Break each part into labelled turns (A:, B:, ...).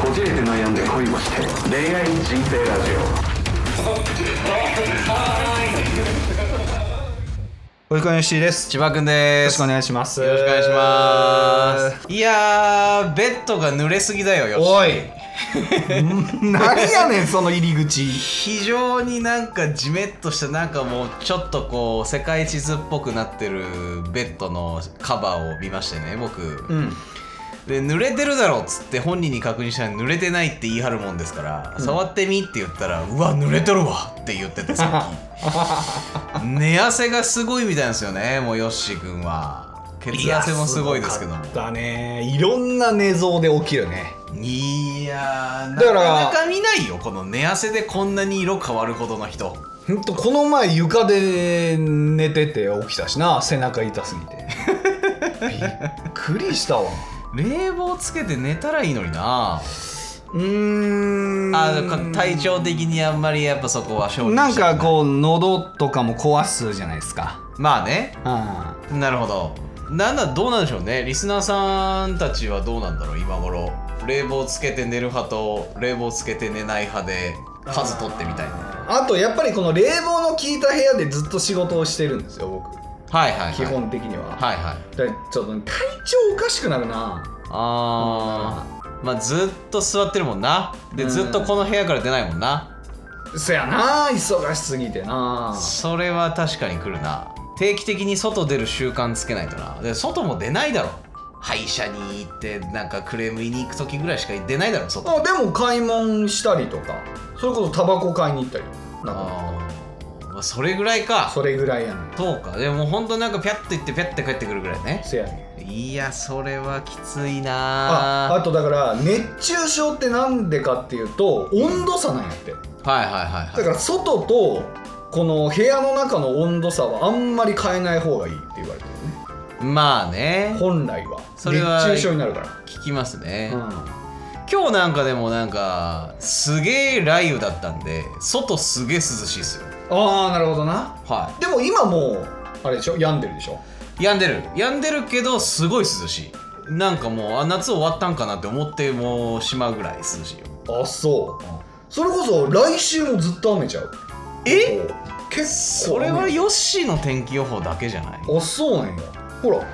A: こじれて悩んで恋をして恋愛人生ラジ
B: おいこよしです。よ
C: 千葉くんで
B: ろ
C: す
B: しくお願いします。
C: よろしくお願いしますいやーベッドが濡れすぎだよよし
B: おい。何やねんその入り口。
C: 非常になんかジメッとしたなんかもうちょっとこう世界地図っぽくなってるベッドのカバーを見ましてね僕、
B: うん。
C: で濡れてるだろっつって本人に確認したら濡れてないって言い張るもんですから、触ってみって言ったらうわ濡れてるわって言っててさっ き寝汗がすごいみたいなんですよねもうヨッシーくんは血汗もすごいですけども
B: だね。いろんな寝相で起きるね。
C: いやーな
B: だか
C: からなか見ないよこの寝汗でこんなに色変わるほどの人
B: ほんとこの前床で寝てて起きたしな背中痛すぎ てびっくりしたわ
C: 冷房つけて寝たらいいのにな
B: うーん
C: あか体調的にあんまりやっぱそこは勝利
B: なんかこう喉とかも壊すじゃないですか
C: うまあね
B: あ
C: なるほどなんだどうなんでしょうねリスナーさんたちはどうなんだろう今頃冷房つけて寝る派と冷房つけて寝ない派で数取ってみたいな
B: あとやっぱりこの冷房の効いた部屋でずっと仕事をしてるんですよ僕
C: はいはいはい
B: 基本的には、
C: はいはい
B: だからちょっとね体調おかしくなるな
C: あーまあずっと座ってるもんなで
B: うん
C: ずっとこの部屋から出ないもんな
B: そやな忙しすぎてな
C: それは確かに来るな定期的に外出る習慣つけないとなで外も出ないだろ歯医者に行ってなんかクレーム言いに行く時ぐらいしか出ないだろ外
B: あでも買い物したりとかそれこそタバコ買いに行ったりなんか
C: あーまあそれぐらいか
B: それぐらいやねん
C: そうかでもほんとなんかピャッと行ってピャッて帰ってくるぐらいね
B: せやねん
C: いやそれはきつい
B: ああ
C: なあ
B: とだから熱中症ってなんでかっていうと温度差なんやって
C: はいはいはいは
B: だ
C: い
B: から外とこの部屋の中の温度差はあんまり変えない方がいいって言われてるね
C: まあね
B: 本来は熱
C: それは
B: 中症になるから
C: 聞きますね、
B: うん
C: 今日なんかでもなんかすげえ雷雨だったんで外すげえ涼しいですよ
B: ああなるほどな
C: は
B: でも今もうあれでしょ病んでるでしょ
C: い病んでる病んでるけどすごい涼しいなんかもうあ夏終わったんかなって思ってもうしまうぐらい涼しいよ
B: あそうそれこそ来週もずっと雨ちゃう
C: え
B: こう結構
C: それは
B: 雨
C: ヨッシーの天気予報だけじゃない
B: あそうなんやほら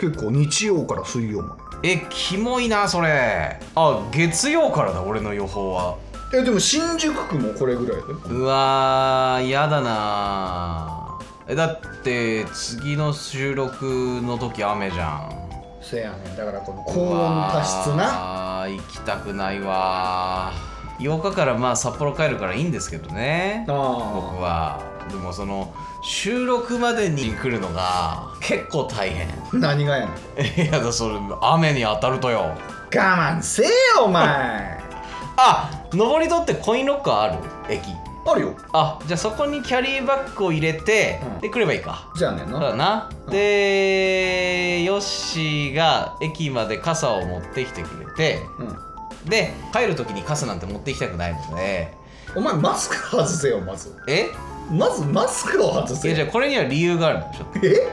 B: 結構日曜から水曜ま
C: えキモいなそれあ月曜からだ俺の予報は
B: でえでも新宿区もこれぐらいだよ
C: うわーやだなえだって次の収録の時雨じゃん
B: せやねんだからこの高温多湿な
C: あ行きたくないわ8日からまあ札幌帰るからいいんですけどね僕
B: あ
C: はでもその収録までに来るのが結構大変
B: ー何がやねん
C: いやだそれ雨に当たるとよ
B: 我慢せえよお前
C: あ上り戸ってコインロッカーある駅
B: あるよ
C: あじゃあそこにキャリーバッグを入れて、
B: うん
C: で来ればいいか
B: じゃあねん
C: そうだ
B: な
C: な、でヨッシーが駅まで傘を持ってきてくれて
B: うん
C: で帰る時に傘なんて持ってきたくないので
B: お前マスク外せよまず
C: え
B: まずマスクを外
C: い
B: せ
C: や
B: よ
C: じゃあこれには理由があるのちょっと
B: え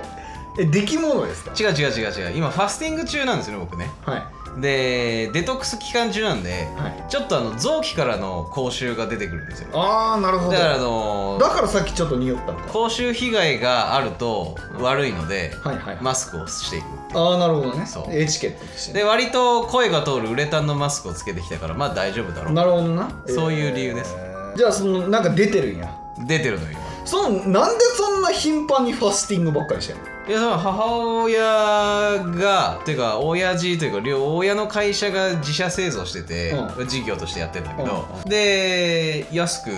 B: え出来物ですか
C: 違う違う違う違う今ファスティング中なんですよね僕ね
B: はい
C: でデトックス期間中なんで、
B: はい
C: ちょっとあの臓器からの口臭が出てくるんですよだか
B: ああなるほど
C: らあの
B: だからさっきちょっと匂ったのか
C: 口臭被害があると悪いので、
B: はいはい、
C: マスクをしていく
B: ああなるほどね
C: そう
B: エチケットとしてね
C: で割と声が通るウレタンのマスクをつけてきたからまあ大丈夫だろ
B: なるほどな
C: そういう理由です
B: えーじゃあそのなんか出てるんや
C: う出てるのよ
B: そのなんでそんな頻繁にファスティングばっかりしてんの
C: いやその母親がていうか親父というか両親の会社が自社製造してて、
B: う
C: 事業としてやってるんだけど、
B: うん
C: で安く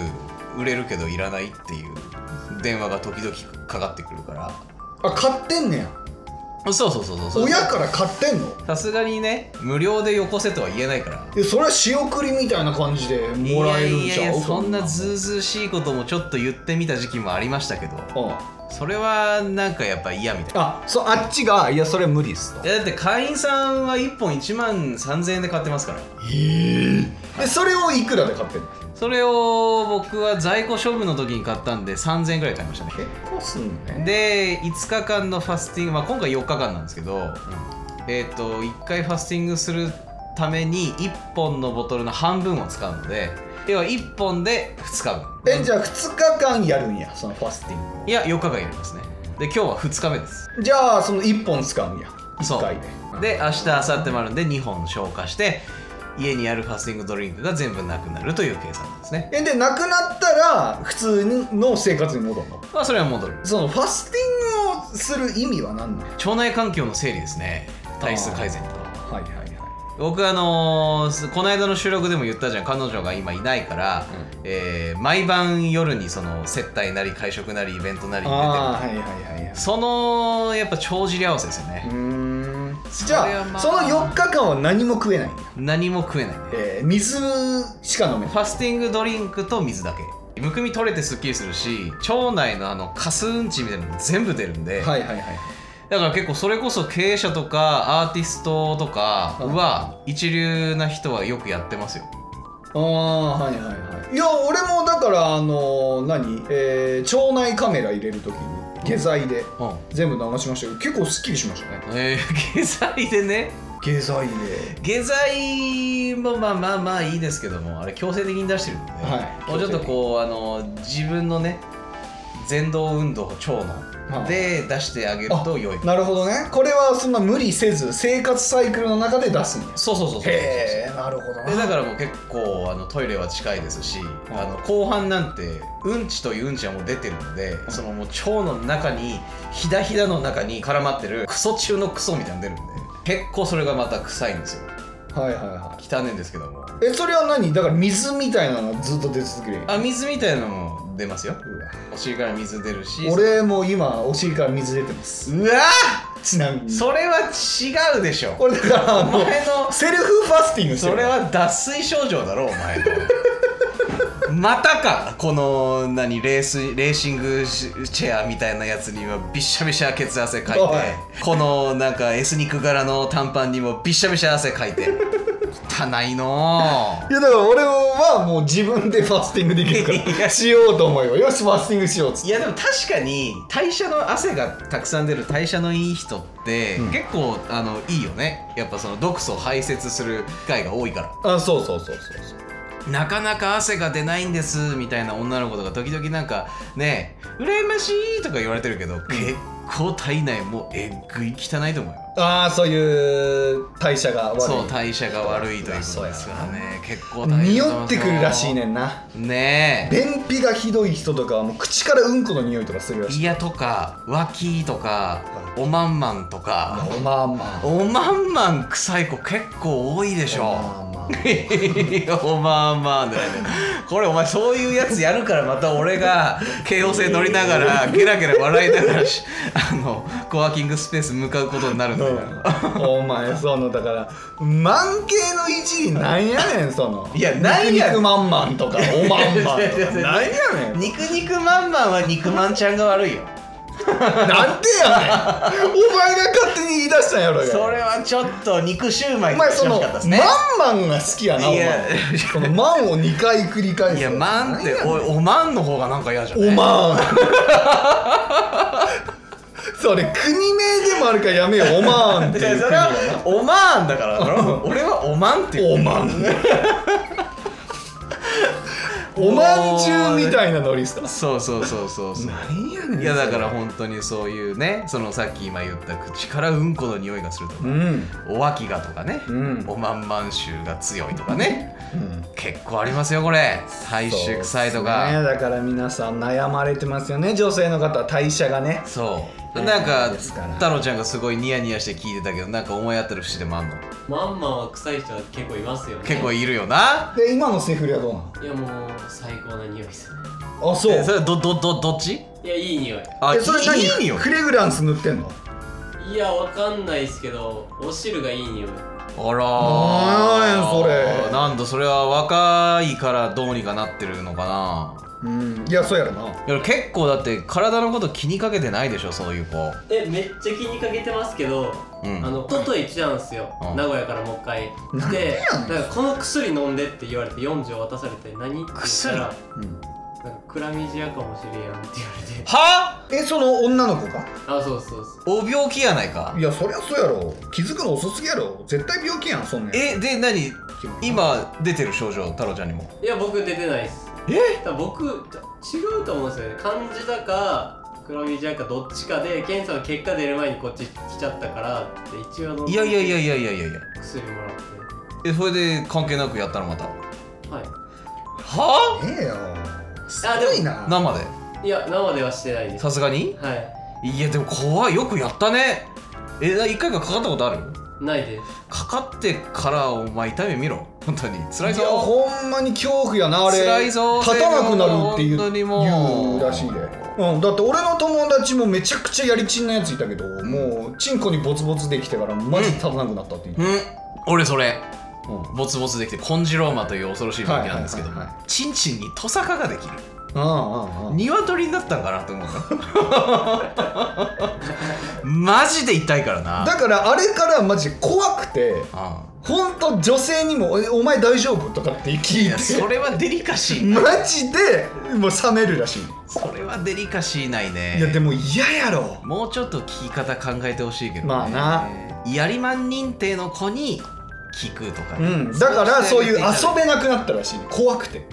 C: 売れるけどいらないっていう電話が時々かかってくるから
B: あ買ってんねや
C: そうそうそうそうそう
B: 親から買ってんの
C: さすがにね無料でよこせとは言えないから
B: いやそれは仕送りみたいな感じでもらえるん
C: い
B: ち
C: や
B: ゃう
C: いやいやそんなず
B: ず
C: うずうしいこともちょっと言ってみた時期もありましたけど
B: あ
C: それはなんかやっぱ嫌みたいな
B: あそあっちがいやそれ無理っすと
C: いやだって会員さんは1本1万3000円で買ってますから
B: でそれをいくらで買ってんの
C: それを僕は在庫処分の時に買ったんで3000円ぐらい買いましたね
B: 結構すんのね
C: で5日間のファスティング、まあ、今回4日間なんですけど、えっ、と1回ファスティングするために1本のボトルの半分を使うので要は1本で2日分
B: えじゃあ2日間やるんやそのファスティング
C: いや4日間やりますねで今日は2日目です
B: じゃあその1本使うんや
C: そう
B: 1回で
C: で明日明後日もあるんで2本消化して家にあるファスティングドリンクが全部なくなるという計算なんですね
B: えでなくなったら普通の生活に戻るの
C: まあそれは戻る
B: そのファスティングをする意味は何なの
C: 腸内環境の整理ですね体質改善と
B: はいはいはい
C: 僕あのーすこの間の収録でも言ったじゃん彼女が今いないから、
B: う
C: えー毎晩夜にその接待なり会食なりイベントなりに
B: ああ
C: 出
B: はいはいはいはい
C: てそのやっぱ帳尻合わせですよ
B: う
C: ね、
B: ーんじ
C: それは
B: ゃあ、
C: まあ
B: その4日間は何も食えないんだ、
C: 何も食えないね
B: えー水しか飲めない
C: ファスティングドリンクと水だけむくみ取れてすっきりするし腸内のあのカスうんちみたいなのも全部出るんで、
B: はいはいはい
C: だから結構それこそ経営者とかアーティストとかは一流な人はよくやってますよ
B: ああはいはいはいいや俺もだからあのー何、えー腸内カメラ入れる時に下剤で
C: うん
B: 全部流しましたけど結構すっきりしましたね
C: えー、 下剤でね
B: 下剤で
C: 下剤もまあまあまあいいですけどもあれ強制的に出してるんで、
B: はい
C: もうちょっとこうあの自分のね前動運動腸
B: は
C: の
B: い
C: で出してあげると良い
B: なるほどねこれはそんな無理せず生活サイクルの中で出すんです
C: そうそうそうそうそう
B: へえなるほど
C: で
B: な
C: だからもう結構あのトイレは近いですし、あの後半なんてうんちといううんちはもう出てるので、そのもう腸の中にひだひだの中に絡まってるクソ中のクソみたいなの出るんで結構それがまた臭いんですよ
B: はいはいは
C: 汚いんですけども
B: いえそれは何だから水みたいなのがずっと出続けるんや
C: あ水みたいなのも出ますよ
B: うわ
C: お尻から水出るし
B: 俺も今お尻から水出てます
C: うわ
B: ちなみに
C: それは違うでしょ
B: 俺だからあ
C: お
B: の
C: 前の
B: セルフファスティングしてる
C: それは脱水症状だろお前の またかこの何レースレーシングしチェアみたいなやつにはびっしゃびしゃ血汗かいて
B: おい
C: このなんかエスニック柄の短パンにもびっしゃびしゃ汗かい て汚いの
B: いやだから俺はもう自分でファスティングできるか
C: い
B: ら
C: や
B: しようと思うよよしファスティングしようっつっ
C: いやでも確かに代謝の汗がたくさん出る代謝のいい人って、
B: うん
C: 結構あのいいよねやっぱその毒素を排泄する機会が多いから
B: てあそうそうそうそうそう
C: なかなか汗が出ないんですみたいな女の子とか時々なんかねえ羨ましいとか言われてるけど、結構体内もうえっぐい汚いと思うよ
B: ああそういう代謝が悪い
C: そう代謝が悪いということですから
B: そうや
C: ね結構大変だと思
B: 匂
C: う
B: ってくるらしいねんな
C: ねえ
B: 便秘がひどい人とかはもう口からうんこの匂いとかするらしい
C: いやとか脇とかおまんまんとか
B: おまあまあ
C: おまんまん臭い子結構多いでし
B: お
C: ょ
B: まあ まあ
C: おまんまんだよねこれお前そういうやつやるからまた俺が京王線乗りながらゲラゲラ笑いながらしあのコワーキングスペース向かうことになるんだよ
B: お前そのだから満形の一位なんやねんその
C: いやなんや
B: 肉まんまんとかおまん まんとかなんやねん
C: 肉肉まんまんは肉まんちゃんが悪いよ
B: なんでやねんお前が勝手に言い出したんやろが
C: それはちょっと肉シューマイ
B: お
C: とか
B: 前
C: して
B: そ
C: ほ
B: の
C: しかったですね
B: マンマンが好きやなお
C: いや
B: 前このマンを2回繰り返す
C: いやまんっておおまんの方がなんか嫌じゃ
B: お
C: ん
B: まんそれ国名でもあるからやめよおまんって
C: いや
B: いう
C: そ
B: 国
C: れ
B: は
C: はおまんだからだろ俺はおまんって言
B: お
C: う
B: まんおまんじゅうみたいなノリっすか
C: そうそうそうそうそう
B: 何やね
C: いやだから本当にそういうねそのさっき今言った口からうんこの匂いがするとか、
B: うん
C: お脇がとかね、
B: うん
C: おまんまん臭が強いとかね
B: うん
C: 結構ありますよこれ体臭臭いと
B: そうっ
C: か
B: すねだから皆さん悩まれてますよね女性の方は代謝がね
C: そう,、
B: ね
C: なんか
B: ですから
C: 太郎ちゃんがすごいニヤニヤして聞いてたけどなんか思い当たる節でもあんの
D: まんまは臭い人は結構いますよね
C: 結構いるよな
B: で今のセフレはどうない
D: やもう最高な匂いですね
B: のあそう
C: えそれどどどどっち
D: いやいい匂い
C: あ
B: えそれ何
C: いい匂い
B: フレグランス塗ってんの
D: いやわかんないですけどお汁がいい匂
C: あ
D: い
C: ら
B: なんやそれ
C: なんだそれは若いからどうにかなってるのかな
B: うんいやそうやろない
C: や結構だって体のこと気にかけてないでしょそういう子
D: えめっちゃ気にかけてますけど、
C: うん
D: あの外へ来たんですよ、
C: うん
D: 名古屋からもう一回
B: なんで
D: で
B: やねん
D: なんかこの薬飲んでって言われて4錠渡されて何って言ったら
B: うん
D: なんかクラミジアかもしれんやんって言われて
C: は
B: えその女の子が
D: あそうそうそう
C: お病気やないか
B: いやそりゃそうやろ気づくの遅すぎやろ絶対病気やんそんなん
C: えで何今出てる症状太郎ちゃんにも
D: いや僕出てないっす
C: え
D: 多分僕ちょ違うと思うんですよね漢字だか黒みじだかどっちかで検査の結果出る前にこっち来ちゃったからって一応の
C: いやいやいやいやいやいやいや
D: 薬もらっ
C: えそれで関係なくやったのまた
D: てはい
C: は
B: ねえよす
D: あでも
B: ごいな
C: あ生
D: いや生ではしてないで
C: です
D: は
C: さすがに
D: い
C: いやでも怖いよくやったねえな一回かかかったことある
D: ないです
C: かかってからお前痛み見ろ本当に辛い
B: いや
C: ぞ
B: ほんまに恐怖やなあれ
C: 辛いぞ
B: 立たなくなるっていう
C: 本当にもう
B: 言うらしいで、うん、だって俺の友達もめちゃくちゃやりちんなやついたけど、
C: ん
B: もうチンコにボツボツできてからマジ立たなくなったって言って、
C: うん俺それボツボツできてコンジローマという恐ろしい病気なんですけど
B: はいはいはい
C: チンチンにトサカができる
B: うんうんうん
C: 鶏になったんかなと思うよ マジで痛いからな
B: だからあれからマジで怖くて
C: あ
B: ほんと女性にも「えお前大丈夫?」とかって
C: あい
B: 聞い
C: やそ
B: て
C: れはデリカシー
B: マジでもう冷めるらしい、
C: それはデリカシーないね
B: いやでも嫌やろ
C: もうちょっと聞き方考えてほしいけど、ね、
B: まあな
C: やりまん認定の子に聞くとか
B: う
C: ね、
B: ん、だからそういう遊
C: あ
B: べなくなったらしい怖くて、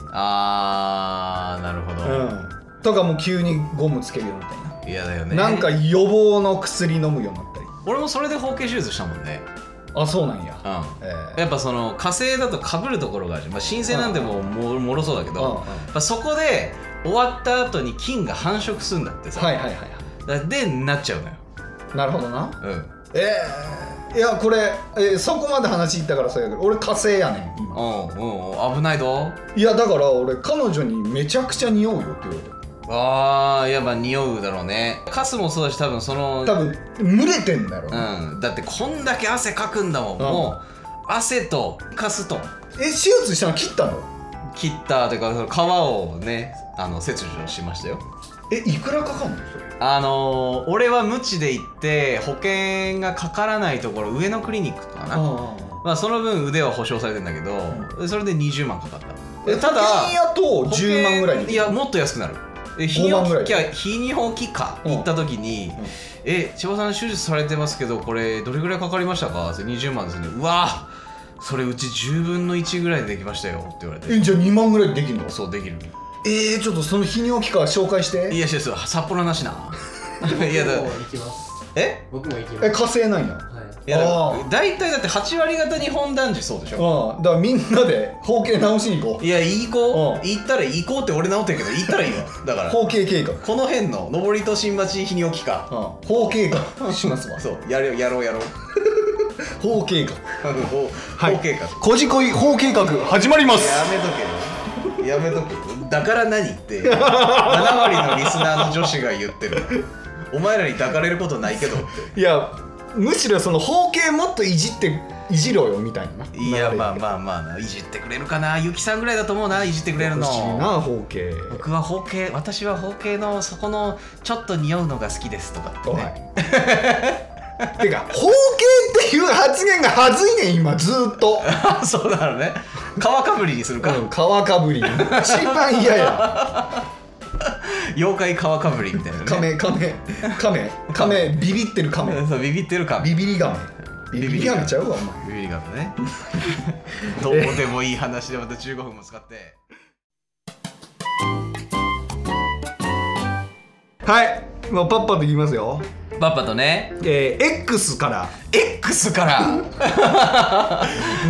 C: あーなるほ
B: う
C: ど、
B: ん、とかもう急にゴムつけるよみたいな
C: 嫌だよね
B: なんか予防の薬飲むようになったり
C: 俺もそれで包茎手術したもんね
B: あそうなんや
C: うん
B: えー
C: やっぱその火星だとかぶるところがあるじゃん、まあ、新生なんてもうももろそうだけど、
B: うんうん
C: やっぱそこで終わった後に菌が繁殖するんだってさ、
B: はいはいはいは
C: だでなっちゃうのよ、
B: いなるほどな
C: うん、
B: えー、いやこれ、えーそこまで話いったからそうやけど俺火星やねん今
C: おうおうおう危ないぞ
B: いやだから俺彼女にめちゃくちゃ匂うよって言われて
C: あーやっぱ匂うだろうねカスもそうだし多分その
B: 多分群れてんだろ、
C: うん、だってこんだけ汗かくんだもん、
B: ん
C: もう汗とカスと
B: え手術したの切ったの
C: 切ったというかその皮をねあの切除しましたよ
B: えいくらかかんのそれ
C: あのー俺は無知で行って保険がかからないところ上のクリニックかな
B: あ
C: まあその分腕は保証されてんだけど、それで20万かかった
B: えただ
C: ただ
B: 保険やと10万ぐらい
C: 保
B: に
C: 険いやもっと安くなるえ日に
B: 5万ぐら
C: 置
B: い
C: きか日に置きか
B: うん
C: 行った時に
B: うん
C: 「え千葉さん手術されてますけどこれどれぐらいかかりましたか?」って20万ですねうわそれうち10分の1ぐらいでできましたよって言われ
B: え
C: て
B: じゃあ2万ぐらいでできるの
C: そうできる
B: えー、ちょっとその泌尿器科紹介し
C: い
B: て
C: やしです札幌な しないやだ
D: 僕も行きます
C: え
D: 僕も行きます
B: え火星なんや
D: はい
C: いやだ
B: あー
C: 大体だって8割方日本男児そうでしょ
B: うん、だからみんなで包茎直しに行こ
C: いや行
B: う
C: こう行ったら行こうって俺直ってるけど行ったらいいよだか
B: う
C: ら
B: 包茎計画うん
C: この辺の上りと新町泌尿器科
B: 包茎画しますわ
C: そうやろうやろうや ろう
B: 包茎画
C: ほ
B: はい
C: 包茎科
B: こじこい包茎画始まりま
C: やめとけよやめとけよだから何って7割のリスナーの女子が言ってるお前らに抱かれることないけどっ
B: いやむしろその包茎もっといじっていじろうよみたいな
C: ていやまあまあまあないじってくれるかなゆきさんぐらいだと思うないじってくれる
B: 不
C: の
B: 思議な包茎
C: 僕は包茎私は包茎のそこのちょっと匂うのが好きですとかって
B: おい
C: ね
B: てか包茎っていう発言がはずいねん今ずーっと、
C: あ そうだろうね皮かぶりにするか、
B: うん、皮かぶり一番嫌や
C: 妖怪皮かぶりみたいなね
B: カメカメカメカメビビってるカメ
C: そうビビってるか
B: ビビリガメビ
C: ビ
B: ビ
C: ビ
B: リ
C: リ
B: ガ
C: ガメ
B: メちゃうわお前
C: ビビリガムね どうでもいい話でまた15分も使って
B: はい、もうパッパと言いますよ。
C: パパとね
B: えー、X から。
C: X から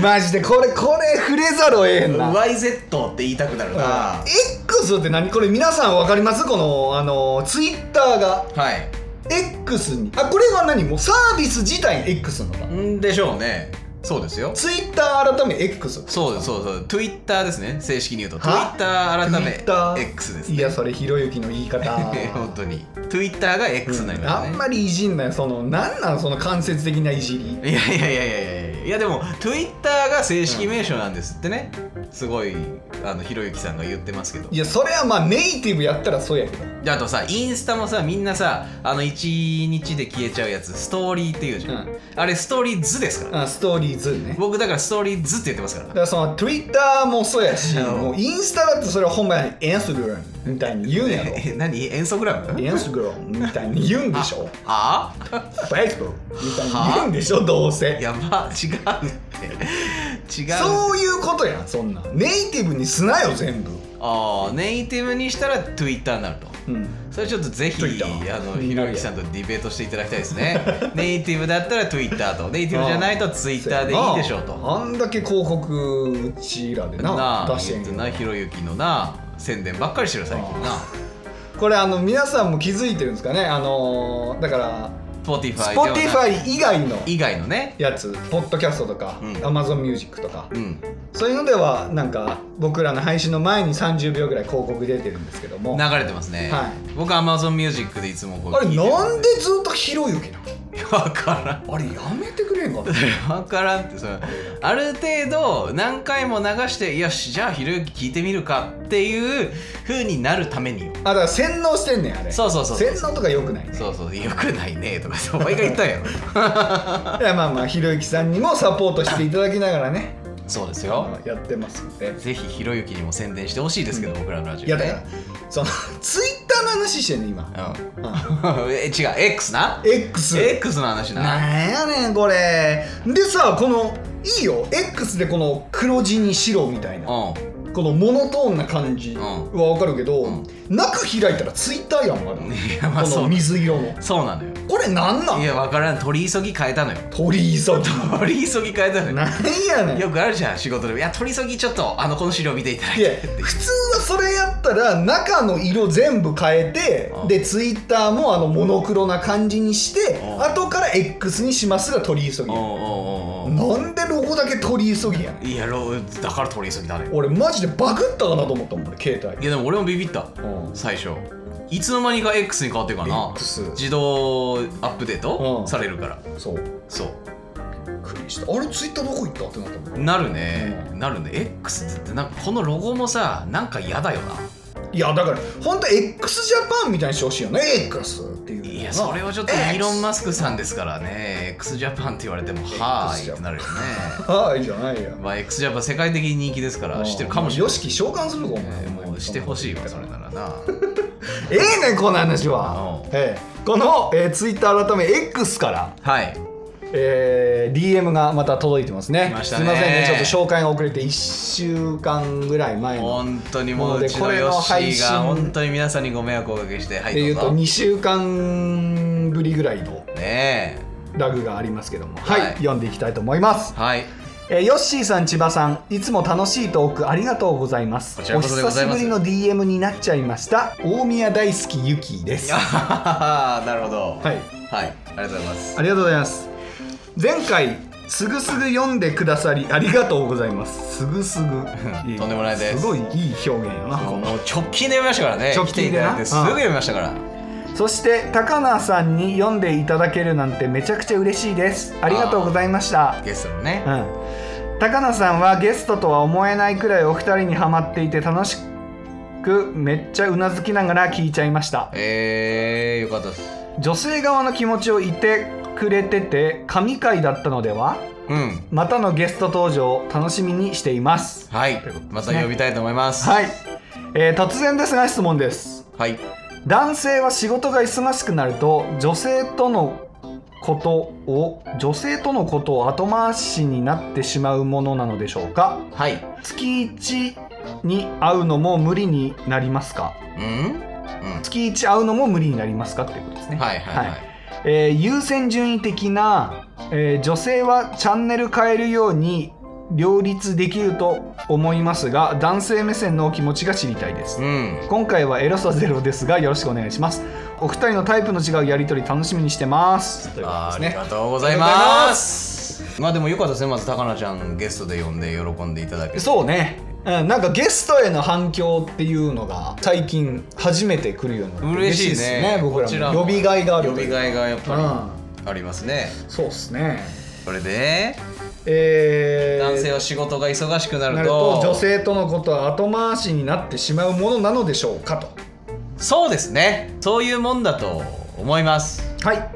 B: マジでこれこれ触れざるをえへんな。
C: YZ って言いたくなるなは
B: X って何これ皆さんわかりますこのあのツイッターが
C: い
B: X にあこれは何もうサービス自体に X なのか
C: んでしょうねそうですよ
B: ツイッター改め X
C: そうですそうそう Twitter ですね正式に言うと
B: は
C: Twitter 改め
B: Twitter
C: X です
B: い
C: ね
B: やそれひろゆきの 言い方
C: 本当に Twitter が X になりました
B: あ
C: ね
B: んまりいじんなよそのなんなんその間接的ないじり
C: いやいやいやいやいやいいやでも Twitter が正式名称なんですってね、すごいあのひろゆきさんが言ってますけど
B: いやそれはまあネイティブやったらそうやけど
C: であとさインスタもさみんなさあの1日で消えちゃうやつストーリーっていうじゃん、
B: うん
C: あれストーリー図ですから、
B: あストーリーズね
C: 僕だからストーリー図って言ってますから
B: だからその Twitter もそうやし
C: うん
B: もうインスタだってそれは本来エンスグラムみたいに言うんや ろ
C: え何遠足ラム
B: インスグラムみたいに言うんでしょ
C: あ
B: Facebook みたいに言うんでしょどうせ
C: やば違うって違う
B: そういうことやんそんなんネイティブにすなよ全部
C: あーネイティブにしたら Twitter になると
B: うん
C: それちょっとぜひ
B: Twitter
C: あのひろゆきさんとディベートしていただきたいです ねネイティブだったら Twitter とネイティブじゃないと Twitter でいいでしょうと
B: あんだけ広告うちらで
C: な
B: な
C: あ
B: 出して
C: 言
B: ん
C: って
B: けど
C: なひろゆきのな宣伝ばっかりしてる最近な
B: これあの皆さんも気づいてるんですかねあのーだから
C: Spotify ではない
B: Spotify 以外の
C: 以外のね
B: やつポッドキャストとか、
C: うん
B: AmazonMusic とか
C: うん
B: そういうのではなんか僕らの配信の前に30秒ぐらい広告出てるんですけどもあ
C: 流れてますね、
B: はい
C: 僕 AmazonMusic でいつもこう
B: れ
C: 聞いてる
B: なんでずっとひろゆきなの
C: わからん
B: あれやめてくれん かな
C: 分からんってそのある程度何回も流してよしじゃあひろゆき聞いてみるかっていう風になるためによ
B: あだから洗脳してんねんあれ
C: そうそうそうそう
B: 洗脳とかよくないね
C: そうそうよくないねとか ってお前が言ったんやろ
B: いやまあまあひろゆきさんにもサポートしていただきながらね
C: そうです
B: あ
C: よ
B: のやってますんで
C: ぜひひろゆきにも宣伝してほしいですけど、僕らのラジオ
B: いやだからそのツイッターの話してんねん今、
C: うん え違う X な
B: X
C: X の話な
B: なんやねんこれでさこのいいよ X でこの黒地に白みたいなこ
C: う
B: のモノトーンな感じ
C: ん
B: はわかるけど、
C: ん
B: なく開いたらツイッターやんまだ
C: んいやまあ
B: こ
C: そ
B: の
C: う
B: 水色の
C: そうなのよ
B: これなんないん
C: や分からん取り急ぎ変えたのよ
B: 鳥居 さん
C: 取り急ぎ変えたのよ
B: なんやねん
C: よくあるじゃん仕事でもいや取り急ぎちょっとあのこの資料見ていただい
B: いや
C: てって
B: 普通はそれやったら中の色全部変えて
C: うん
B: でツイッターもあのモノクロな感じにして
C: うん
B: 後から X にしますが取り急ぎ
C: おう
B: や
C: おうおうおう
B: なんでロゴだけ取り急ぎやん
C: いやろだから取り急ぎだね
B: 俺マジでバグったかなと思ったもん俺携
C: い
B: 帯
C: やでも俺もビビった
B: うん
C: 最初いつの間にか X に変わってるからな
B: X
C: 自動アップデー
B: う
C: ト
B: ん
C: されるから
B: そう
C: そ
B: びっくりしたあれツイッターどこ行ったってなったも
C: うんなるね
B: う
C: なるね X ってなんかこのロゴもさなんか嫌だよない
B: やだから本当 x ジャパンみたいにしてほしいよね X っていうの
C: いやそれをちょっとイーロン・マスクさんですからね X ジャパンって言われてもはーいってなるよね
B: はいじゃないや
C: まあ X ジャパン世界的に人気ですから知ってるかもしれない
B: よしき召喚するぞお前
C: えーもうしてほしいわそれならな
B: ええねんこの話は
C: う、
B: ええこの、えー、ツイッター改め X から、
C: はい
B: えー、DM がまた届いてますね
C: 来ました
B: す
C: ね
B: いませんねちょっと紹介が遅れて1週間ぐらい前の
C: 本当にもううち
B: もう
C: の
B: ね
C: ヨッシ
B: これの配
C: ー
B: 信
C: が本当に皆さんにご迷惑をおかけしてはい
B: で
C: ど
B: いううと
C: ぞ
B: 2週間ぶりぐらいの
C: ねえ
B: ラグがありますけども、はい
C: はい
B: 読んでいきたいと思います、
C: はい
B: えー、ヨッシーさん千葉さんいつも楽しいトークありがとうございます
C: こちら
B: お
C: こそでご
B: 久
C: ざ
B: し
C: いま
B: ぶ
C: す
B: りの DM になっちゃいました大宮大好きゆきです
C: あーなるほどは、
B: はいい
C: ありがとうございます
B: ありがとうございます。前回すぐすぐ読んでくださりありがとうございます。すぐすぐ。
C: とんでもないです
B: すごいいい表現やな。この
C: もう直近で読みましたからね
B: 直
C: 来て
B: 近
C: い
B: で
C: ただ
B: ない
C: てすぐ読みましたから、
B: そして高菜さんに読んでいただけるなんてめちゃくちゃ嬉しいです。ありがとうございました。
C: ゲストのね
B: う、ん。高菜さんはゲストとは思えないくらいお二人にハマっていて楽しくめっちゃうなずきながら聞いちゃいました。
C: えー、よかったです
B: 女性側の気持ちを言ってくれてて神回だったのでは
C: うん
B: またのゲスト登場楽しみにしています。
C: はいまた呼びたいと思います
B: はい、えー突然ですが質問です
C: はい
B: 男性は仕事が忙しくなると女性とのことを女性とのことを後回しになってしまうものなのでしょうか
C: はい
B: 月1に会うのも無理になりますか
C: うんうん
B: 月1会うのも無理になりますかっていうことですね、
C: はいはいはい、
B: はいえー優先順位的な、えー女性はチャンネル変えるように両立できると思いますが男性目線のお気持ちが知りたいです
C: うん
B: 今回はエロさゼロですがよろしくお願いしますお二人のタイプの違うやりとり楽しみにしてますということで
C: あ
B: す
C: りが
B: ね
C: とうございますまあでもよかったですねまず高菜ちゃんゲストで呼んで喜んでいただけて
B: そうね、うん、なんかゲストへの反響っていうのが最近初めて来るようになって
C: 嬉しいね
B: っすね僕
C: こち
B: らも呼びがいがある
C: 呼びがいがやっぱりありますね、
B: そうっすね
C: これで
B: えー
C: 男性は仕事が忙しくなる
B: な
C: と
B: ると女性とのことは後回しになってしまうものなのでしょうかと
C: そうですねそういうもんだと思います
B: はい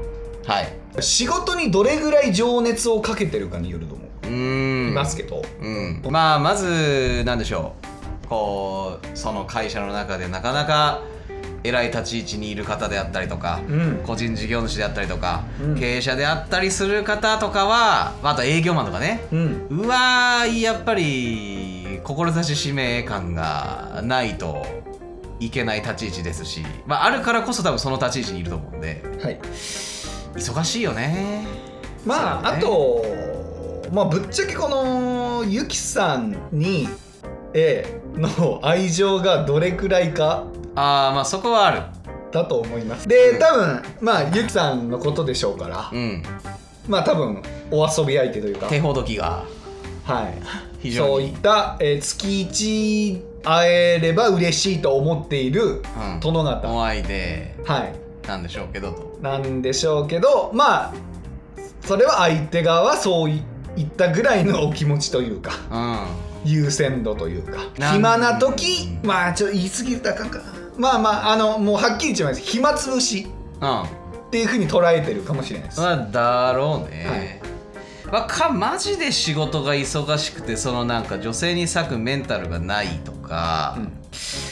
C: はい
B: 仕事にどれぐらい情熱をかけてるかによると思
C: うー
B: い
C: ん
B: ますけど、
C: うん、まあまずなんでしょうこうその会社の中でなかなか偉い立ち位置にいる方であったりとか、
B: うん
C: 個人事業主であったりとか、
B: うん
C: 経営者であったりする方とかはまああと営業マンとかね、
B: うん、
C: うわーやっぱり志使命感がないといけない立ち位置ですし、まあ、あるからこそ多分その立ち位置にいると思うんで
B: はい
C: 忙しいよね
B: まあ、あと、まあ、ぶっちゃけこのゆきさんに、ええの愛情がどれくらいか
C: ああまあそこはある
B: だと思いますで多分まあゆきさんのことでしょうから、
C: うん
B: まあ多分お遊び相手というか
C: 手ほどきが
B: はい
C: 非
B: そ
C: 常
B: う
C: に
B: いった、えー月1会えれば嬉しいと思っている
C: うん
B: 殿方、
C: お相手
B: はい
C: なんでしょうけどと
B: なんでしょうけどまあそれは相手側はそういったぐらいのお気持ちというか
C: うん
B: 優先度というか
C: なん
B: 暇な時
C: うん
B: まあちょっと言い過ぎたらあかんかまあまああのもうはっきり言っちゃいます暇つぶし
C: うん
B: っていうふうに捉えてるかもしれないです、
C: まあだろうね、まあかマジで仕事が忙しくてそのなんか女性に割くメンタルがないとか、
B: うん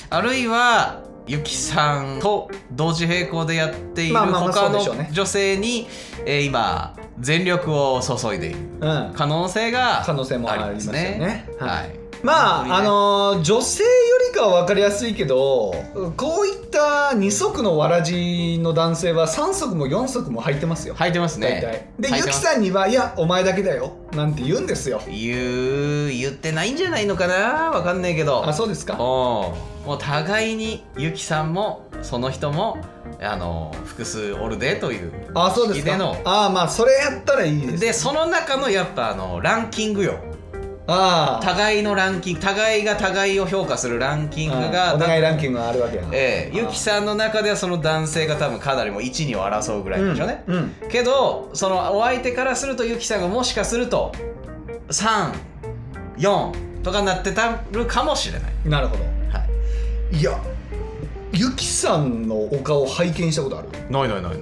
C: あるいはゆきさんと同時並行でやっている
B: まあまあまあ
C: 他
B: そう
C: の
B: でしょうね
C: 女性に、えー今全力を注いでいる
B: うん、
C: 可能性が
B: 可能性もありますよね
C: ありますねはい、
B: まあ、あ
C: 本当にね
B: のー女性よりかは分かりやすいけどこういった二足のわらじの男性は三足も四足も履いてますよ、
C: 履いてます
B: 大体
C: ね
B: で
C: 履い
B: ゆ
C: て
B: き
C: ま
B: さ
C: す
B: んには「いやお前だけだよ」なんて言うんですよ
C: 言う言ってないんじゃないのかなわかんないけど
B: あそうですか
C: おうもう互いにゆきさんもその人もあの複数おるでという
B: あそうです
C: 意識
B: か
C: での
B: あまあそれやったらいいです
C: でその中のやっぱあのランキングよ
B: ああ
C: 互いのランキング互いが互いを評価するランキング
B: う
C: が
B: んお互いランキングがあるわけやな
C: ええゆきさんの中ではその男性が多分かなりもう12を争うぐらいでしょうね、けどそのお相手からするとゆきさんがもしかすると34とかなってたるかもしれない、
B: うんなるほ
C: は
B: どいやゆきさんのお顔拝見したことある
C: い、ないないないない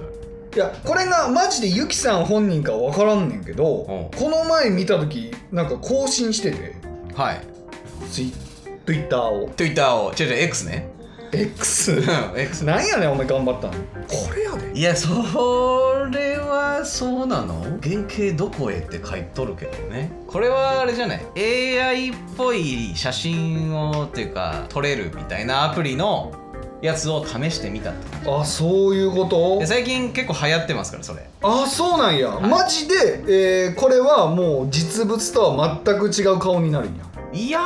B: いやこれがマジでユキさん本人か分からんねんけど、この前見た時なんか更新してて
C: はい
B: ツイツイッターを
C: Twitter を違う違う X ね
B: X
C: うん X
B: なんやねんお前頑張ったのこれやで
C: いやそれはそうなの原型どこへって書いとるけどねこれはあれじゃない AI っぽい写真をっていうか撮れるみたいなアプリのやつを試してみたって
B: あそういうこと
C: で最近結構流行ってますからそれ
B: あそうなんや、
C: い
B: マジで、えーこれはもう実物とは全く違う顔になるんや
C: いや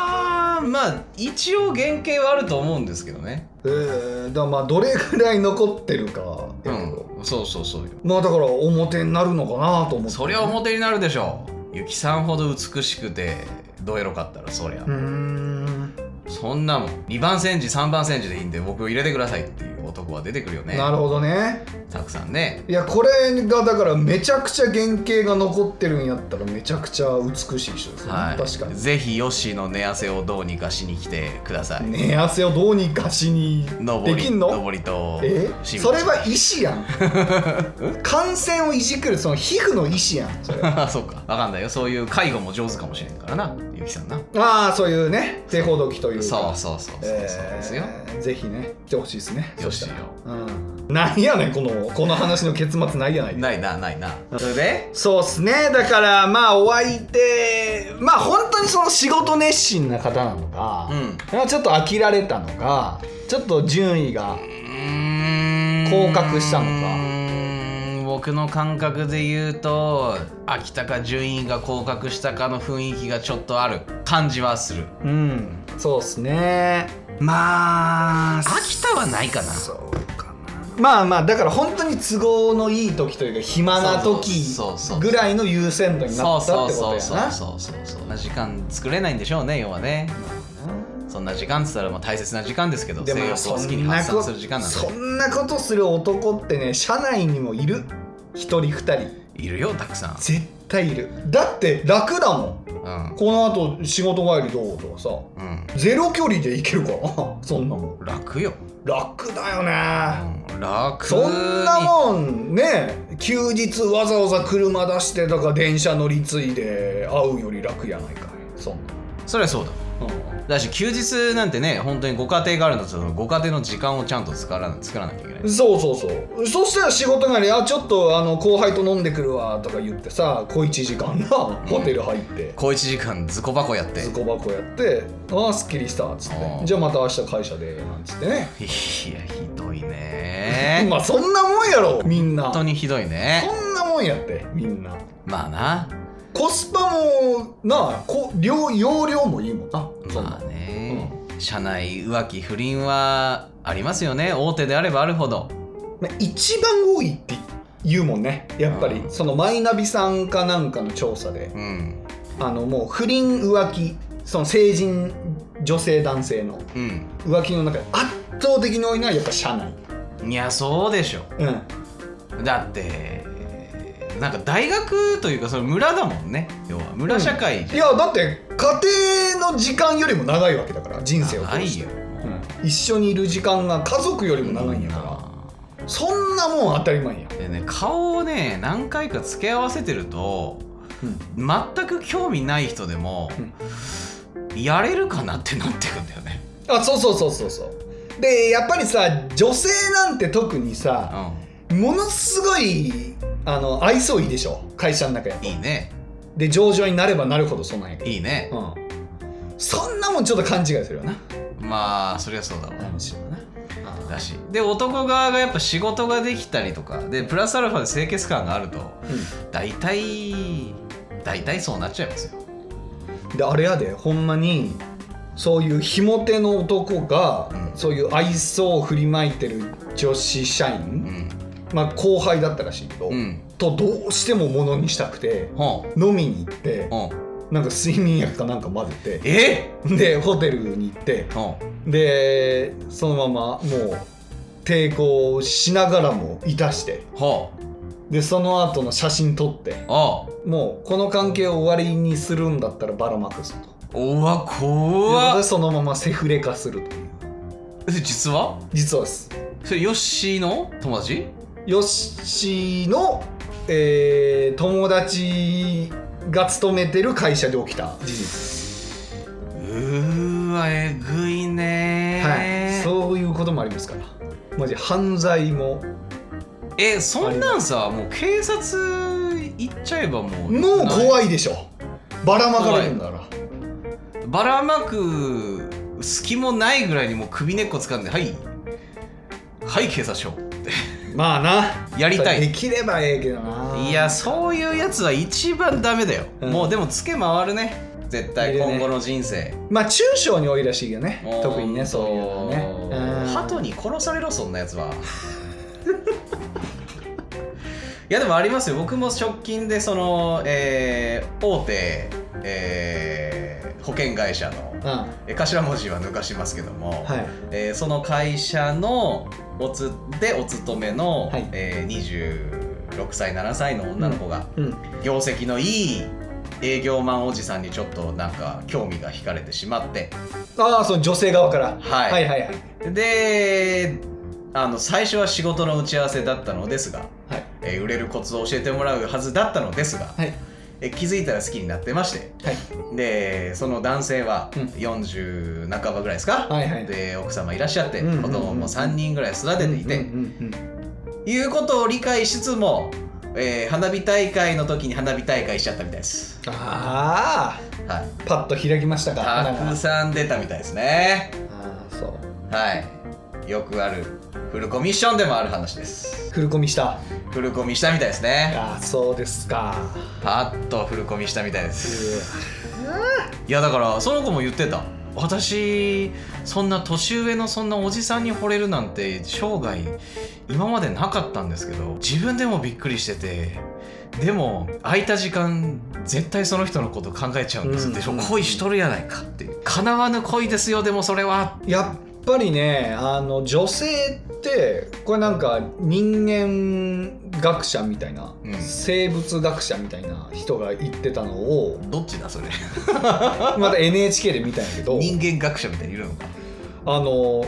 C: ーまあ一応原型はあると思うんですけどね
B: えー、だからまあどれぐらい残ってるか
C: う
B: やけど、
C: んそうそうそうよ
B: まあだから表になるのかなと思って
C: そりゃ表になるでしょうゆきさんほど美しくてどエロかったらそりゃ
B: うーん
C: そんなもん2番煎じ3番煎じでいいんで僕を入れてくださいっていう男は出てくるよね
B: なるほどね
C: たくさんね
B: いやこれがだからめちゃくちゃ原型が残ってるんやったらめちゃくちゃ美しい人ですよね、
C: はい
B: 確かに
C: ぜひヨッシーの寝汗をどうにかしに来てください、
B: 寝汗をどうにかしに
C: 上
B: で
C: り
B: きんの
C: 上りと
B: え
C: し
B: それは石やん感染をいじくるその皮膚の石やんそれ
C: そうかわかんないよそういう介護も上手かもしれんからなゆきさんな
B: ああそういうね手ほどきというか
C: そうそうそうそうそうですよ、
B: えーぜひね来てほしいですね
C: ヨッシ
B: そ
C: ー
B: し
C: よ
B: たらうん、なんやねんこのこの話の結末ないやない
C: ないなないなそれで
B: そうっすねだからまあお相手まあ本当にその仕事熱心な方なのか
C: うん
B: まあちょっと飽きられたのかちょっと順位が降格したの
C: う
B: か
C: ーん僕の感覚で言うと秋田か順位が降格したかの雰囲気がちょっとある感じはする
B: うんそうっすねまあ
C: 秋田はないかな
B: そうかなまあまあだから本当に都合のいい時というか暇な時
C: そうそうそうそう
B: ぐらいの優先度にな
C: そう
B: った
C: そ
B: っ
C: う
B: てこと
C: そう
B: や
C: そう
B: な
C: そうそうそうそんな時間作れないんでしょうね要はねそんな時間っつったらまあ大切な時間ですけど
B: で
C: 性
B: も
C: 欲を好きに発散する時間なんで
B: そんなことする男ってね社内にもいる一人二人
C: いるよたくさん
B: 絶対いるだって楽だもん
C: うん
B: この後仕事帰りどうとかさ
C: うん
B: ゼロ距離で行けるからそんな もん
C: 楽よ、
B: 楽だよ
C: う
B: ね
C: ん、楽
B: そんなもんね休日わざわざ車出してとか電車乗り継いで会うより楽やないかいそん
C: にそれはそうだ
B: なの、
C: だし休日なんてね本当にご家庭があるんだとご家庭の時間をちゃんと作らな作らなきゃいけない
B: そうそうそうそしたら仕事帰りあちょっとあの後輩と飲んでくるわとか言ってさ小1時間なホテル入って
C: 小1時間ズコ箱や って
B: ズコ箱やってああすっきりしたっつっ
C: あ
B: て
C: ー
B: じゃあまた明日会社でなんつってね
C: いやひどいね
B: まあそんなもんやろみんな
C: 本当にひどいね
B: そんなもんやってみんな
C: まあな
B: コスパもなあこ量容量もいいもんなそんな
C: まあね、社内浮気不倫はありますよね大手であればあるほど
B: まあ一番多いって言うもんねやっぱり
C: うん
B: そのマイナビさんかなんかの調査で
C: うん
B: あのもう不倫浮気その成人女性男性の
C: うん
B: 浮気の中で圧倒的に多いのはやっぱ社内
C: いやそうでしょ
B: うん
C: だってなんか大学というかその村だもんね要は村社会
B: いやだって家庭の時間よりも長いわけだから人生を
C: な
B: 通
C: い
B: して
C: よ、
B: うん一緒にいる時間が家族よりも長いんやからそんなもん当たり前や、
C: でね顔をね何回か付け合わせてると全く興味ない人でも、やれるかなってなってくんだよね、
B: あそうそうそうそうそうでやっぱりさ女性なんて特にさ
C: う
B: ものすごいあの愛想いいでしょ会社の中や
C: ん、いいね
B: で上場になればなるほどそんなんやけど
C: いいね、
B: うん、そんなもんちょっと勘違いするよな
C: まあそりゃそうだわ
B: 男子はな
C: だしで男側がやっぱ仕事ができたりとかでプラスアルファで清潔感があると大体大体そうなっちゃいますよ
B: うんであれやでほんまにそういうひも手の男が、
C: うん
B: そういう愛想を振りまいてる女子社員、
C: うん
B: まあ、後輩だったらしいけど、
C: うん
B: とどうしてもものにしたくて
C: ほん
B: 飲みに行って
C: ほん
B: なんか睡眠薬かなんか混ぜ
C: え
B: てでホテルに行って
C: ほ
B: でそのままもう抵抗しながらもいたして
C: んほう
B: でその後の写真撮って
C: あ
B: もうこの関係を終わりにするんだったらばらまくぞと
C: う
B: とい
C: わ
B: うこと
C: 怖
B: で
C: っ
B: そのままセフレ化するという
C: え実は
B: 実はです
C: それヨッシーの友達
B: ヨッシーの、えー友達が勤めてる会社で起きた事実、
C: うーわえぐいね
B: はい、そういうこともありますからマジ犯罪も
C: えそんなんさもう警察行っちゃえばもう
B: もう
C: い
B: 怖いでしょばらまかれるんだから
C: ばらまく隙もないぐらいにもう首根っこ掴んではいはい警察署
B: まあな
C: やりたい
B: できればええけどない
C: いやそういうやつは一番ダメだよ、
B: うん
C: もうでもつけ回るね絶
B: い
C: 対
B: るね
C: 今後の人生
B: まあ中小に多いらしいよね
C: もう
B: 特にねそういうのねうん
C: 鳩に殺されろそんなやつはいやでもありますよ僕も直近でその、えー大手、えー保険会社の
B: うんは
C: えー頭文字は抜かしますけども、
B: い
C: えーその会社のおつでお勤めの、
B: はい
C: えー26歳7歳の女の子が、
B: うん
C: 業績のいい営業マンおじさんにちょっとなんか興味が惹かれてしまって
B: ああその女性側から、
C: はい
B: はいはいはい
C: であの最初は仕事の打ち合わせだったのですが、
B: はい
C: えー売れるコツを教えてもらうはずだったのですが、
B: はい
C: えー気づいたら好きになってまして
B: はい
C: でその男性は
B: うん
C: 40半ばぐらいですか、
B: はいはい
C: で奥様いらっしゃって、
B: うんうんうん
C: 子供も3人ぐらい育てていて、
B: うんうんうん
C: いうことを理解しつつも、えー花火大会の時に花火大会しちゃったみたいです。
B: ああ
C: はい、
B: パッと開きましたか花
C: た
B: が
C: くさん出たみたいですね。
B: ああそう
C: はい、よくあるフルコミッションでもある話です。
B: フルコミした
C: フルコミしたみたいですね。
B: ああそうですか
C: パッとフルコミしたみたいです。いやだからその子も言ってた。私そんな年上のそんなおじさんに惚れるなんて生涯今までなかったんですけど自分でもびっくりしててでも空いた時間絶対その人のこと考えちゃうんですって、
B: うんうん
C: 恋しとるやないかって叶わぬ恋ですよでもそれは
B: やっぱりねあの女性ってこれなんか人間学者みたいな、
C: うん
B: 生物学者みたいな人が言ってたのを
C: どっちだそれ
B: また NHK で見たんやけど
C: 人間学者みたいにいるのか
B: あの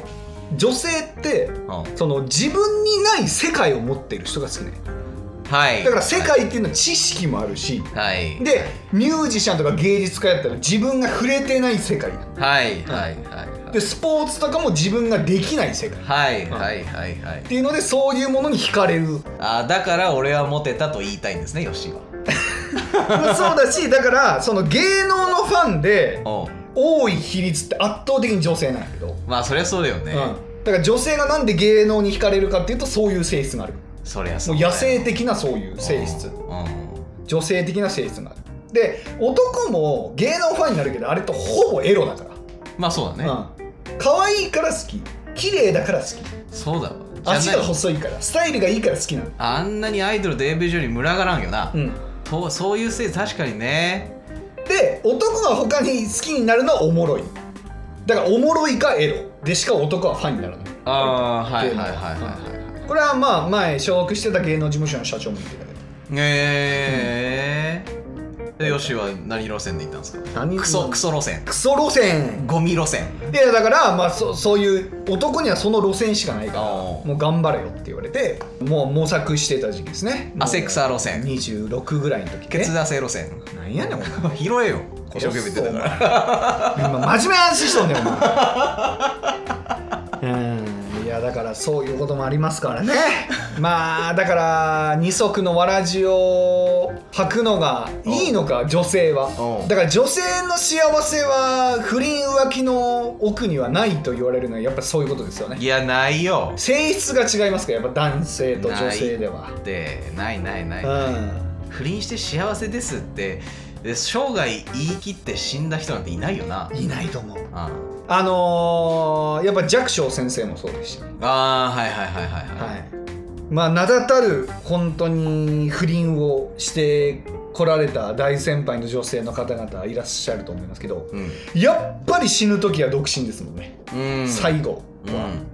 B: 女性ってその自分にない世界を持っている人が好きね
C: はい
B: だから世界っていうのは知識もあるし
C: はい
B: でミュージシャンとか芸術家やったら自分が触れてない世界やん
C: はいはいはい
B: でスポーツとかも自分ができない世界っ
C: はいはいはいはい
B: ていうのでそういうものに惹かれる
C: あーだから俺はモテたと言いたいんですねヨッシー は
B: そうだしだからその芸能のファンで
C: おう
B: 多い比率って圧倒的に女性なんやけど、
C: まあそりゃそうだよね、
B: うん、だから女性がなんで芸能に惹かれるかっていうとそういう性質がある
C: そりゃ
B: も
C: そ
B: う
C: うだよ
B: 野生的なそういう性質
C: うん
B: 女性的な性質があるで男も芸能ファンになるけどあれとほぼエロだから
C: まあそうだね、
B: うん、可愛いから好き綺麗だから好き
C: そうだわじゃ
B: 足
C: ない
B: が細いからスタイルがいいから好きなの
C: あんなにアイドルデビューに群がらんよな、
B: うん
C: とそういうせい確かにね
B: で男が他に好きになるのはおもろいだからおもろいかエロでしか男はファンにならない
C: ああーはい
B: 芸能
C: はいはいはいはい
B: これはまあ前所属してた芸能事務所の社長も言ってたけど
C: えーでヨッシーは何路線で行ったんですか
B: 何
C: クソクソ路線
B: クソ路線
C: ゴミ路線
B: いやだから、まあ、そそういう男にはその路線しかないから
C: おう
B: もう頑張れよって言われてもう模索してた時期ですね
C: 汗草路線
B: 26ぐらいの時
C: ケツ
B: ね
C: ダセ路線
B: なんやねんお前
C: 拾えよ一生懸命言ってたから
B: 今真面目な話しとんねんお前うんいやだからそういうこともありますからねまあだから二足のわらじを履くのがいいのか女性は
C: うん
B: だから女性の幸せは不倫浮気の奥にはないと言われるのはやっぱそういうことですよね
C: いやないよ
B: 性質が違いますからやっぱ男性と女性では
C: でないないない、
B: う
C: 不倫して幸せですってで生涯言い切って死んだ人なんていないよなん
B: いないと思う
C: あ
B: あのーやっぱ弱小先生もそうでした
C: あーはいはいはいはいは
B: は
C: い、
B: い、まあ名だたる本当に不倫をしてこられた大先輩の女性の方々いらっしゃると思いますけど、やっぱり死ぬ時は独身ですもんね、
C: うん、うん、
B: 最後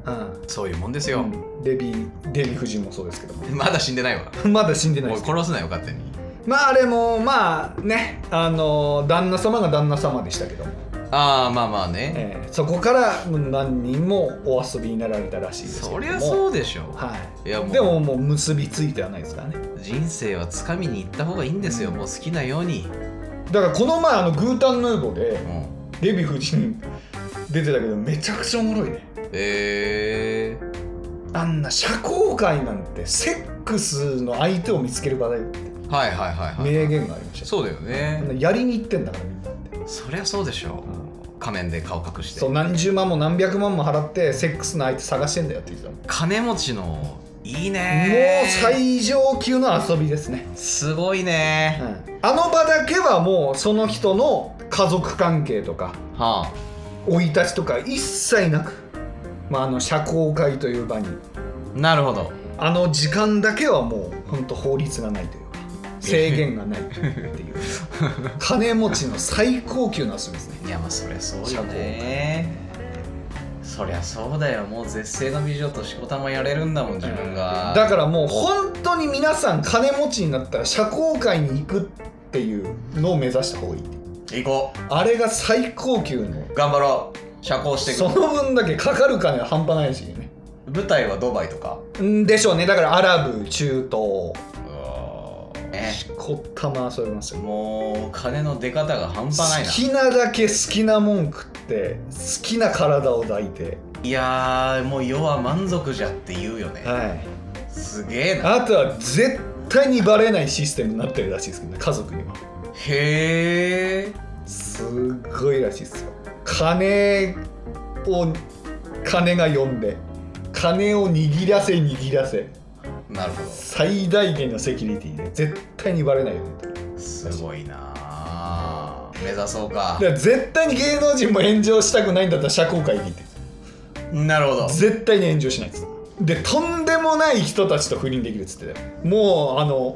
B: は、
C: そういうもんです
B: う
C: よ、
B: んデビーデヴィ夫人もそうですけども
C: まだ死んでないわ
B: まだ死んでない
C: お
B: で
C: い
B: す
C: 殺すなよ勝手に
B: まああれもまあねあの旦那様が旦那様でしたけども、
C: ああまあまあね、
B: ええそこから何人もお遊びになられたらしいですけど
C: そ
B: も
C: りゃそうでしょ、
B: はい
C: いやもう
B: でももう結びついてはないですからね
C: 人生はつかみに行った方がいいんですよ、もう好きなように、
B: だからこの前あのグータンヌーボーで
C: うん、
B: デヴィ夫人出てたけどめちゃくちゃおもろいね
C: えー、
B: あんな社交界なんてセックスの相手を見つける場だよって
C: はいはいはいはい
B: 名言がありましたよ
C: そうだよね
B: あんなやりに行ってんだからみんなって
C: そりゃそうでしょ、仮面で顔隠して
B: そう何十万も何百万も払ってセックスの相手探してんだよって言ってたもん
C: 金持ちのいい
B: も
C: ね
B: う最上級の遊びですね、
C: すごいね、
B: あの場だけはもうその人の家族関係とか
C: は
B: 生い立ちとか一切なく、まあ、あの社交界という場に
C: あなるほど
B: あの時間だけはもう本当法律がないというか制限がないって いう金持ちの最高級の遊びですね
C: いやまあそりゃそうよねそりゃそうだよもう絶世の美女としこたまやれるんだもん自分が
B: だからもう本当に皆さん金持ちになったら社交界に行くっていうのを目指した方がいい
C: 行こ
B: あれが最高級の
C: う頑張ろう社交して
B: そ
C: い
B: の分だけかかる金は半端ないしね
C: く舞台はドバイとか
B: んでしょうねだからアラブ中東
C: ね
B: こったま遊べますよ
C: もう金の出方が半端ない
B: 好
C: な
B: きなだけ好きなもん食って好きな体を抱いて
C: いやーもう世は満足じゃって言うよね
B: はい
C: すげえな
B: あとは絶対にバレないシステムになってるらしいですけどね家族には
C: へえ
B: すっごいらしいですよ金を金が呼んで金を握らせ握らせ
C: なるほ
B: 最大限のセキュリティで絶対にバレないよね
C: どすごいなあ目指そうか
B: だから絶対に芸能人も炎上したくないんだったら社交界に行って
C: なるほど
B: 絶対に炎上しないっつってでとんでもない人たちと不倫できるっつってたよもうあの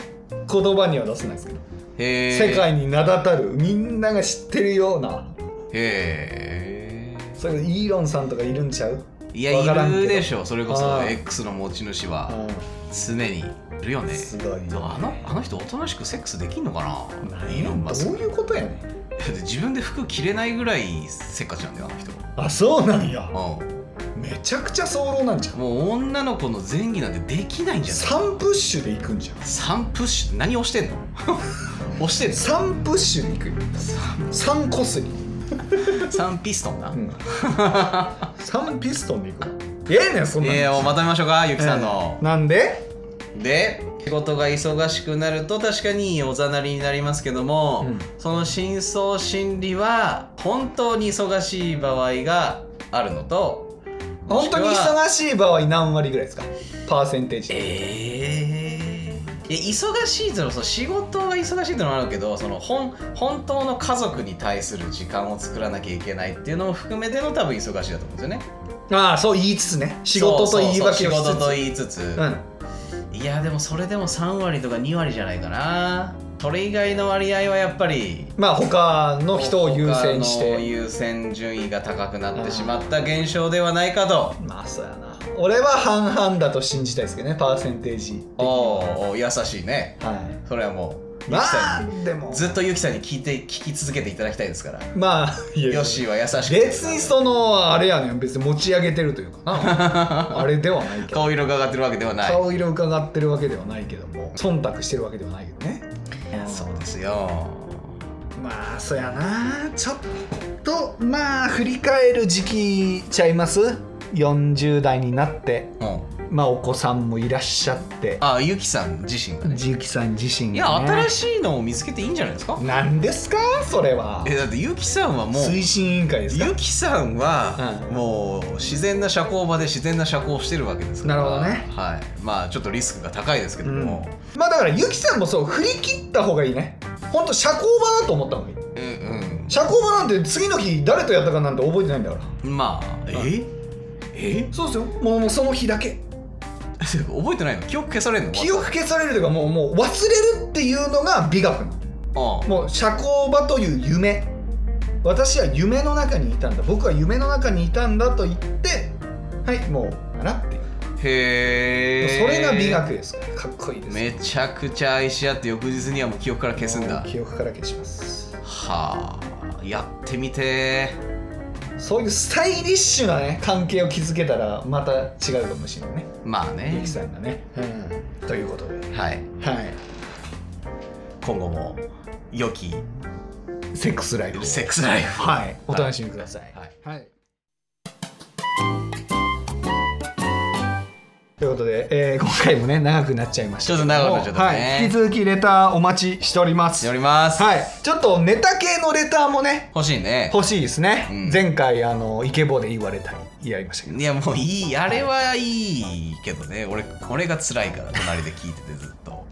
B: 言葉には出せないですけど、
C: へえ
B: 世界に名だたるみんなが知ってるような
C: へえ
B: それイーロンさんとかいるんちゃう
C: いや
B: わからんけ
C: い
B: ど
C: るでしょそれこそ
B: あー
C: X の持ち主
B: う
C: は
B: ん
C: 常にいるよね
B: すごい
C: でもあ
B: よ、
C: の
B: ね、
C: あの人おとなしくセックスできんのかな
B: 何や
C: ロンマス
B: どう
C: ク
B: いうことやねん
C: だって自分で服着れないぐらいせっかちなんだよあの人
B: あそうなんや
C: う
B: めちゃくちゃ早漏なんじゃん
C: んもう女の子の前儀なんてできないんじゃない
B: 3プッシュで行くんじゃん
C: 3プッシュ何押してんの 押してんの
B: 3プッシュで行くよ3こすり、
C: 3ピストン な、
B: うん、3ピストンで行くよええねんそんなん
C: えー、もうまとめましょうかゆきさんの、
B: なんで
C: で仕事が忙しくなると確かにおざなりになりますけども、
B: うん
C: その深層心理は本当に忙しい場合があるのと
B: 本当に
C: もしくは
B: 忙しい場合何割ぐらいですかパーセンテージで
C: えー、いや忙しいっていうのはその仕事が忙しいっていうのもあるけどその本本当の家族に対する時間を作らなきゃいけないっていうのも含めての多分忙しいだと思うんですよね
B: ああそう言いつつね仕事と言い訳をし
C: そうそうそう仕
B: つ
C: 事と
B: つ
C: 言いつつ、
B: うん
C: いやでもそれでも3割とか2割じゃないかなそれ以外の割合はやっぱり
B: まあ他の人を優先し
C: 他の
B: て
C: 優先順位が高くなってしまった現象ではないかと
B: まあそうやな俺は半々だと信じたいですけどねパーセンテージ
C: おーおー優しいね
B: は
C: それはもう
B: いま
C: ゆきさ
B: あ
C: んに
B: でも
C: ずっとゆきさんに聞いて聞き続けていただきたいですから
B: まあいや
C: ヨッシーは優しくて
B: 別にそのあれやねん別に持ち上げてるというか なあれではないけど
C: 顔色が上がってるわけではない
B: 顔色伺ってるわけではないけども忖度してるわけではないけどね
C: そうですよ
B: まあそやなちょっとまあ振り返る時期ちゃいます40代になって
C: うん
B: まあお子さんもいらっしゃって
C: あゆきさん自身がね
B: じゆきさん自身が、ね、
C: いや新しいのを見つけていいんじゃないですか
B: なんですかそれは
C: えだってゆきさんはもう
B: 推進委員会ですか
C: ゆきさんは
B: うん
C: もう自然な社交場で自然な社交をしてるわけですか
B: な
C: ら
B: るほどね
C: はい、まあちょっとリスクが高いですけども、
B: まあだからゆきさんもそう振り切った方がいいねほんと社交場だと思った方がいい
C: うんうん
B: 社交場なんて次の日誰とやったかなんて覚えてないんだから
C: まあ ええ
B: そうですよもうもうその日だけ
C: 覚えてないの記憶消されるの
B: 記憶消されるというかもうもう忘れるっていうのが美学なの
C: ああ
B: もう社交場という夢私は夢の中にいたんだ僕は夢の中にいたんだと言ってはいもうあらっていう
C: へえ
B: それが美学ですからかっこいいです
C: めちゃくちゃ愛し合って翌日にはもう記憶から消すん
B: も
C: だ
B: う記憶から消します
C: はあやってみて
B: そういうスタイリッシュなね関係を築けたらまた違うかもしれないね
C: まあ
B: ゆ
C: ね
B: きさんがね、うん、ということで
C: はい
B: はい
C: 今後も良き
B: セックスライブを
C: セックスライフを
B: はいお楽しみください
C: はい
B: はい。ということで、えー今回もね長くなっちゃいましたけども。
C: ちょっと長くなっちゃったね
B: はい。引き続きレターお待ちしております。
C: や
B: は
C: ります、
B: い。ちょっとネタ系のレターもね
C: 欲しいね
B: 欲しいですね。
C: うん
B: 前回あのイケボで言われたりやりましたけど。
C: いやもういいあれはいいけどね俺これが辛いから隣で聞いててずっと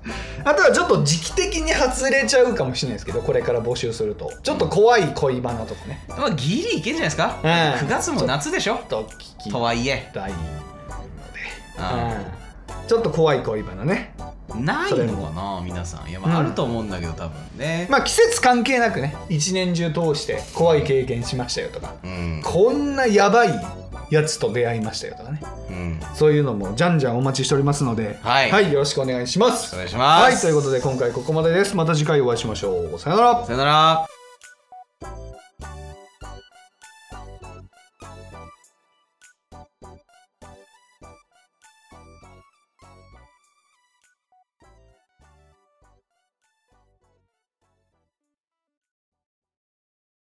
B: あとはちょっと時期的に外れちゃうかもしれないですけど、これから募集するとちょっと怖い恋バナとかね。
C: まあギリいけんじゃないですか、
B: うん
C: 9月も夏でしょ
B: ちょっと聞き
C: とはいえ、
B: たいので。
C: あ
B: うんちょっと怖い恋バナね。
C: ないのかな皆さんいやまああ
B: うん
C: ると思うんだけど多分ね、
B: まあ季節関係なくね一年中通して怖い経験しましたよとか
C: うん、
B: こんなやばいやつと出会いましたよとかね
C: うん、
B: そういうのもじゃんじゃんお待ちしておりますので
C: はい
B: よろしくお願いします
C: お願いします
B: はいということで今回ここまでですまた次回お会いしましょうさよなら
C: さよなら